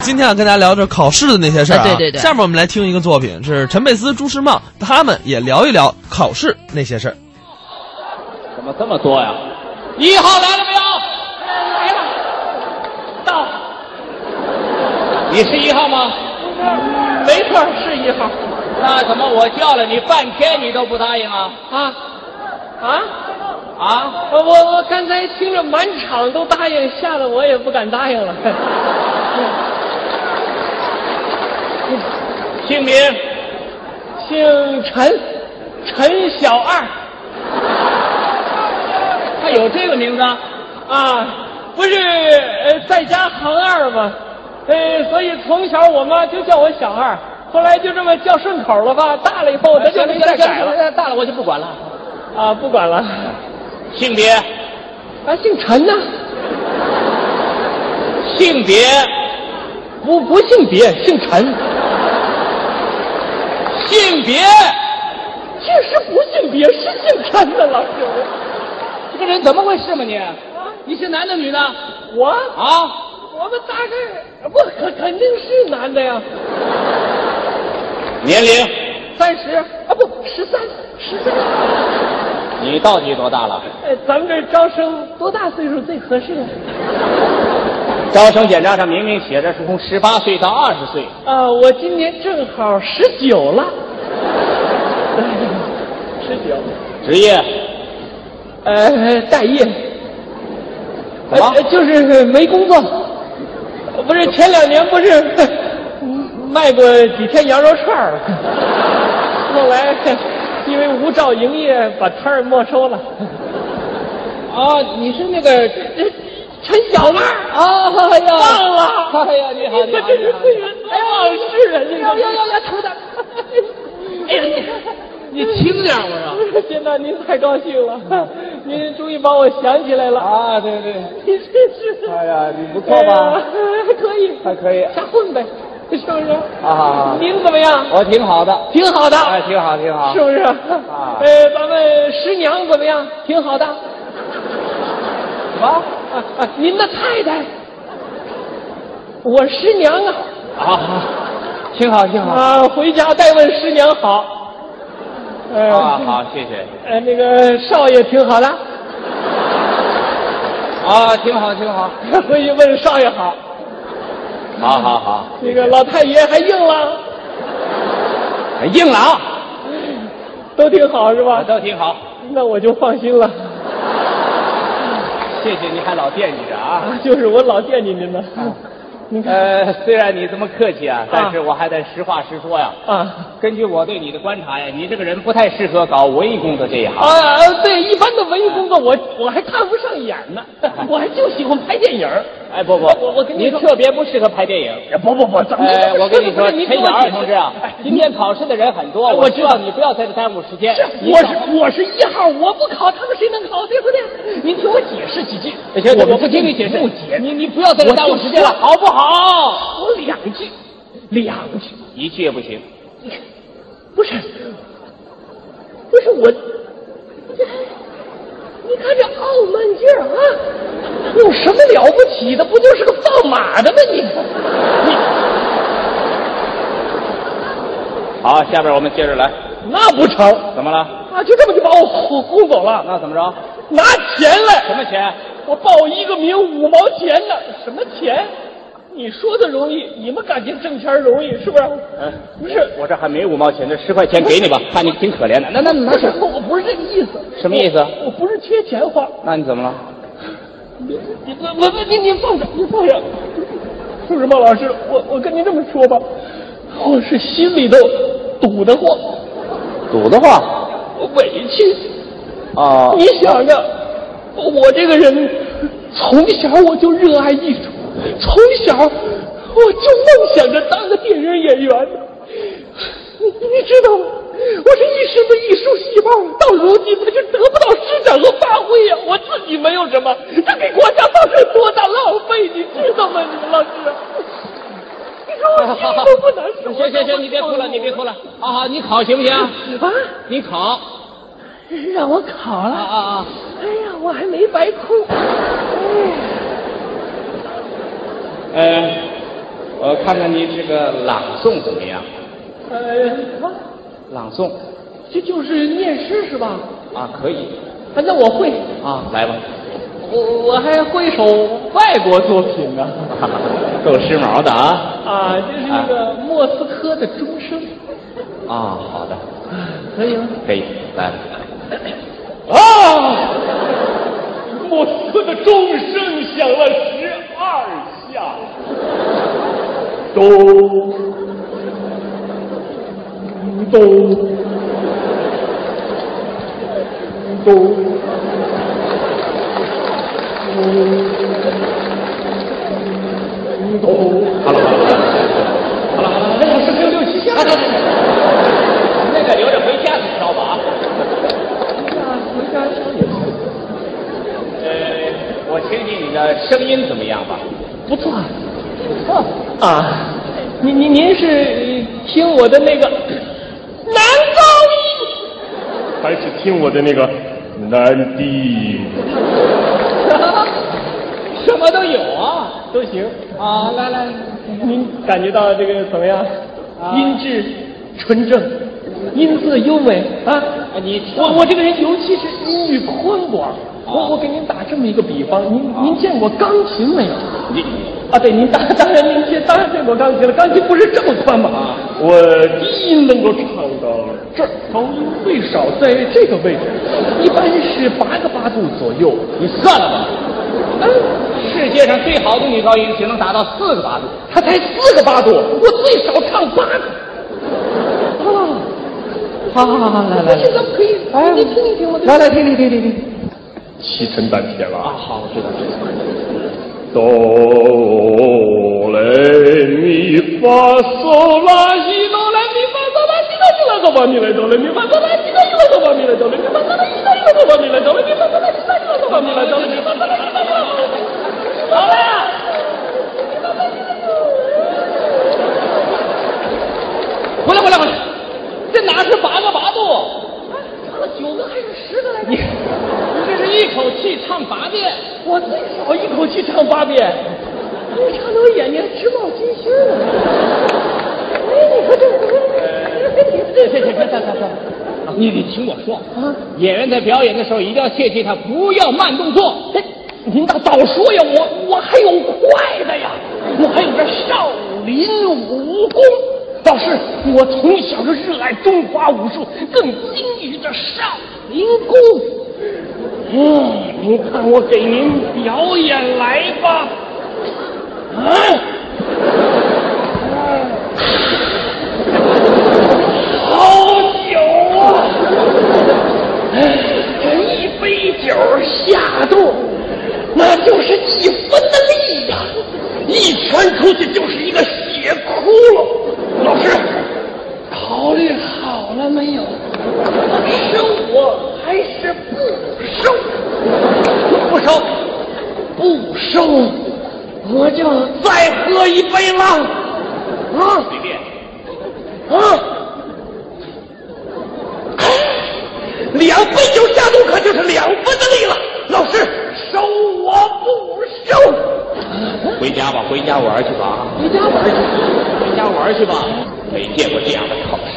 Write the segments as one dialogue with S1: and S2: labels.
S1: 今天啊，跟大家聊这考试的那些事儿、啊
S2: 哎对对对
S1: 下面我们来听一个作品，是陈佩斯、朱时茂他们也聊一聊考试那些事儿。
S3: 怎么这么多呀？一号来了没有？来了。到。你是一号吗？没错，是一号。那怎么我叫了你半天你都不答应啊？
S4: 啊啊！
S3: 啊？
S4: 我我我刚才听着满场都答应，吓得我也不敢答应了。
S3: 姓名？
S4: 姓陈，陈小二
S3: 他有这个名字？
S4: 啊，不是呃在家行二吗？呃，所以从小我妈就叫我小二，后来就这么叫顺口了吧。大了以后，她
S3: 啊
S4: 就没再改了。，
S3: 大了我就不管了。
S4: 啊，不管了。
S3: 性别？
S4: 啊，姓陈呢、
S3: 性别？
S4: 不不姓别，姓陈。
S3: 性别？
S4: 确实不姓别，是姓陈的老师。啊
S3: 这个人怎么回事嘛你？你是男的女的？
S4: 我
S3: 啊？
S4: 我们大概不肯肯定是男的呀，
S3: 年龄？
S4: 三十啊不十三十三，
S3: 你到底多大了？
S4: 哎，咱们这招生多大岁数最合适啊？
S3: 招生简章上明明写着是从十八岁到二十岁，
S4: 啊，我今年正好十九了，哎十九，
S3: 职业
S4: 呃，待业，
S3: 怎么
S4: 呃就是没工作，不是前两年不是呵卖过几天羊肉串儿， 后来 呵因为无照营业把摊儿没收了。
S3: 啊，你是那个
S4: 呃陈小二
S3: 啊，哎呀，
S4: 忘了，
S3: 哎呀，你好，你
S4: 我
S3: 好，
S4: 真是会
S3: 你好
S4: 员忘事啊！这个，
S3: 要头 疼，哎呀，你你轻点儿我说。
S4: 先生您太高兴了，您终于把我想起来了，
S3: 啊，对 对，
S4: 您真是，
S3: 哎呀，你不
S4: 哎
S3: 错吧
S4: 呀？可以，
S3: 还可以啊
S4: 瞎混呗，是不是？
S3: 好好，
S4: 您怎么样？
S3: 我挺好的，
S4: 挺好的，
S3: 啊哦哎，挺好挺好
S4: 是。不是？
S3: 啊
S4: 呃，咱们师娘怎么样？挺好的。
S3: 什么？
S4: 啊啊，您的太太，我师娘啊。
S3: 啊，挺好挺好。
S4: 啊，回家再问师娘好。呃，
S3: 啊，好，谢谢。
S4: 呃，那个少爷挺好的，
S3: 啊，挺好挺好。
S4: 回去问少爷好。
S3: 好好好，
S4: 那个老太爷还硬朗，
S3: 很硬朗，
S4: 都挺好是
S3: 啊
S4: 吧？
S3: 都挺好。
S4: 那我就放心了。
S3: 谢谢你还老惦记着啊。
S4: 啊，就是我老惦记您呢。您看
S3: 呃，虽然你这么客气啊，但是我还得实话实说呀。
S4: 啊
S3: 根据我对你的观察呀，你这个人不太适合搞文艺工作这一行。
S4: 啊，对，一般的文艺工作我我还看不上眼 呢，我还就喜欢拍电影儿。
S3: 哎，不不，
S4: 我我跟你
S3: 你
S4: 说
S3: 特别不适合拍电影。
S4: 不不不，怎
S3: 哎，我跟你说，
S4: 您
S3: 陈小二同志啊，
S4: 哎
S3: 今天考试的人很多，
S4: 我
S3: 我
S4: 知
S3: 知
S4: 道
S3: 道你不要在这耽误时间。你
S4: 我
S3: 找
S4: 是我是一号，我不考，他们谁能考，对不对？您听我解释几句。
S3: 哎行
S4: 我
S3: 我不听你解释
S4: 不解，
S3: 你你不要在这耽误时间了，好不好？
S4: 我两句，两句，
S3: 一句也不行。
S4: 不是，不是我，你看这傲慢劲儿啊，有什么了不起的？不就是个放马的吗？你，
S3: 好，下边我们接着来。
S4: 那不成
S3: 怎么了？
S4: 啊！就这么就把我轰轰走了，
S3: 啊那怎么着？
S4: 拿钱来。
S3: 什么钱？
S4: 我报一个名五毛钱呢，什么钱？你说的容易，你们感情挣钱容易是不是？
S3: 嗯，
S4: 不是，
S3: 我这还没五毛钱，这十块钱给你吧，看你挺可怜的。那那
S4: 不是，我不是这个意思。
S3: 什么意思啊
S4: 我我不是缺钱花。
S3: 那你怎么了？
S4: 你你我我我你你放下，你放下。就是孟老师，我我跟您这么说吧，我是心里头堵得慌，
S3: 堵得慌。
S4: 我委屈。
S3: 哦
S4: 啊你想想，我这个人从小我就热爱艺术，从小我就梦想着当个电影演员。你你知道吗？我这一身的艺术细胞，到如今它就得不到施展和发挥呀、我自己没有什么，这给国家造成多大浪费，你知道吗？你们老师，你说我心里都不难受。
S3: 行行行，你别哭了，你别哭了。好好，你考行不行？
S4: 啊！
S3: 你考
S4: 让我考了
S3: 啊啊啊！
S4: 哎呀，我还没白哭。哎
S3: 呃，我看看你这个朗诵怎么样？
S4: 呃，啊
S3: 朗诵
S4: 这就是念诗是吧？
S3: 啊，可以
S4: 啊，那我会，
S3: 啊，来吧，
S4: 我我还会一首外国作品呢。
S3: 够时髦的啊！
S4: 啊，就是那个莫斯科的钟声，
S3: 啊，好的，
S4: 可以吗？
S3: 可以，来 吧。
S4: 啊！莫斯科的钟声响了十二下，咚咚咚咚咚。
S3: 好了，好了，好了，好了，那个是六六七下，那个留着回家再烧吧啊。
S4: 回家敲也行，
S3: 呃，我听听你的声音怎么样吧？
S4: 不错，不错啊！您您您是听我的那个男高
S2: 还是听我的那个男低音。
S4: 音， 什么都有啊，都行啊！来来，您感觉到这个怎么样？音质纯正，音色优美啊！
S3: 你
S4: 我我这个人尤其是音域宽广，我我给您打这么一个比方，您您见过钢琴没有？
S3: 你
S4: 啊，对，您当当然您这当然见过钢琴了，钢琴不是这么宽吧？啊，
S2: 我低音能够唱到
S4: 这儿高音最少在这个位置，一般是八个八度左右。
S3: 你算了吧。世界上最好的女高音只能达到四个八度，
S4: 哎他才四个八度，我最少唱八个。啊，好好好好，来来，这咱们可以，哎，您听一听我的，来来听听听听听。
S2: 七成半天了。啊，
S3: 好，我知道，知道。
S2: 哆来咪发嗦啦西哆来咪发嗦啦西哆西啦哆吧咪来哆来咪发嗦啦西哆西啦哆吧咪来哆来咪发嗦啦西哆西啦哆吧咪来哆来咪发嗦啦西哆西啦哆吧咪来哆来咪发嗦啦西哆西啦哆。
S4: 好了。
S3: 回来，回来，回来！这哪是八个八度？
S4: 唱了九个还是十个来着？
S3: 你你这是一口气唱八遍。哦
S4: 我最少一口气唱八遍，你唱得我眼睛直冒金星儿了。哎，你说这
S3: 这
S4: 这
S3: 这这这这
S4: 这
S3: 这，你你听我说
S4: 啊！
S3: 演员在表演的时候一定要切记他不要慢动作。
S4: 哎，您倒早说呀，我我还有快的呀，我还有这少林武功。老师，我从小就热爱中华武术，更精于这少林功。嗯，您看我给您表演来吧。啊！好酒啊！一杯酒下肚，那就是一分的力呀、一拳出去就是一个血窟窿。老师，考虑好了没有？收我还是不收？不收，不收，我就再喝一杯了。啊，随便。啊。两杯酒下肚，可就是两分的力了。老师，收我不收？
S3: 回家吧，回家玩去吧啊！
S4: 回家玩去。
S3: 回家玩去吧，没见过这样的考试。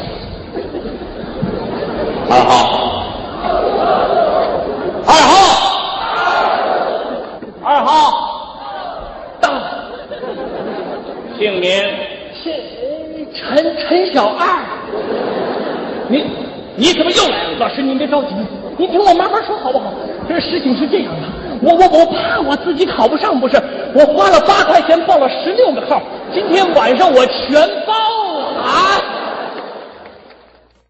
S3: 二号，二号，二号，
S4: 到
S3: 姓名
S4: 这陈陈小二，您
S3: 你怎么又来了？
S4: 老师您别着急，您听我慢慢说好不好？这事情是这样的，我我我怕我自己考不上不是，我花了八块钱报了十六个号，今天晚上我全包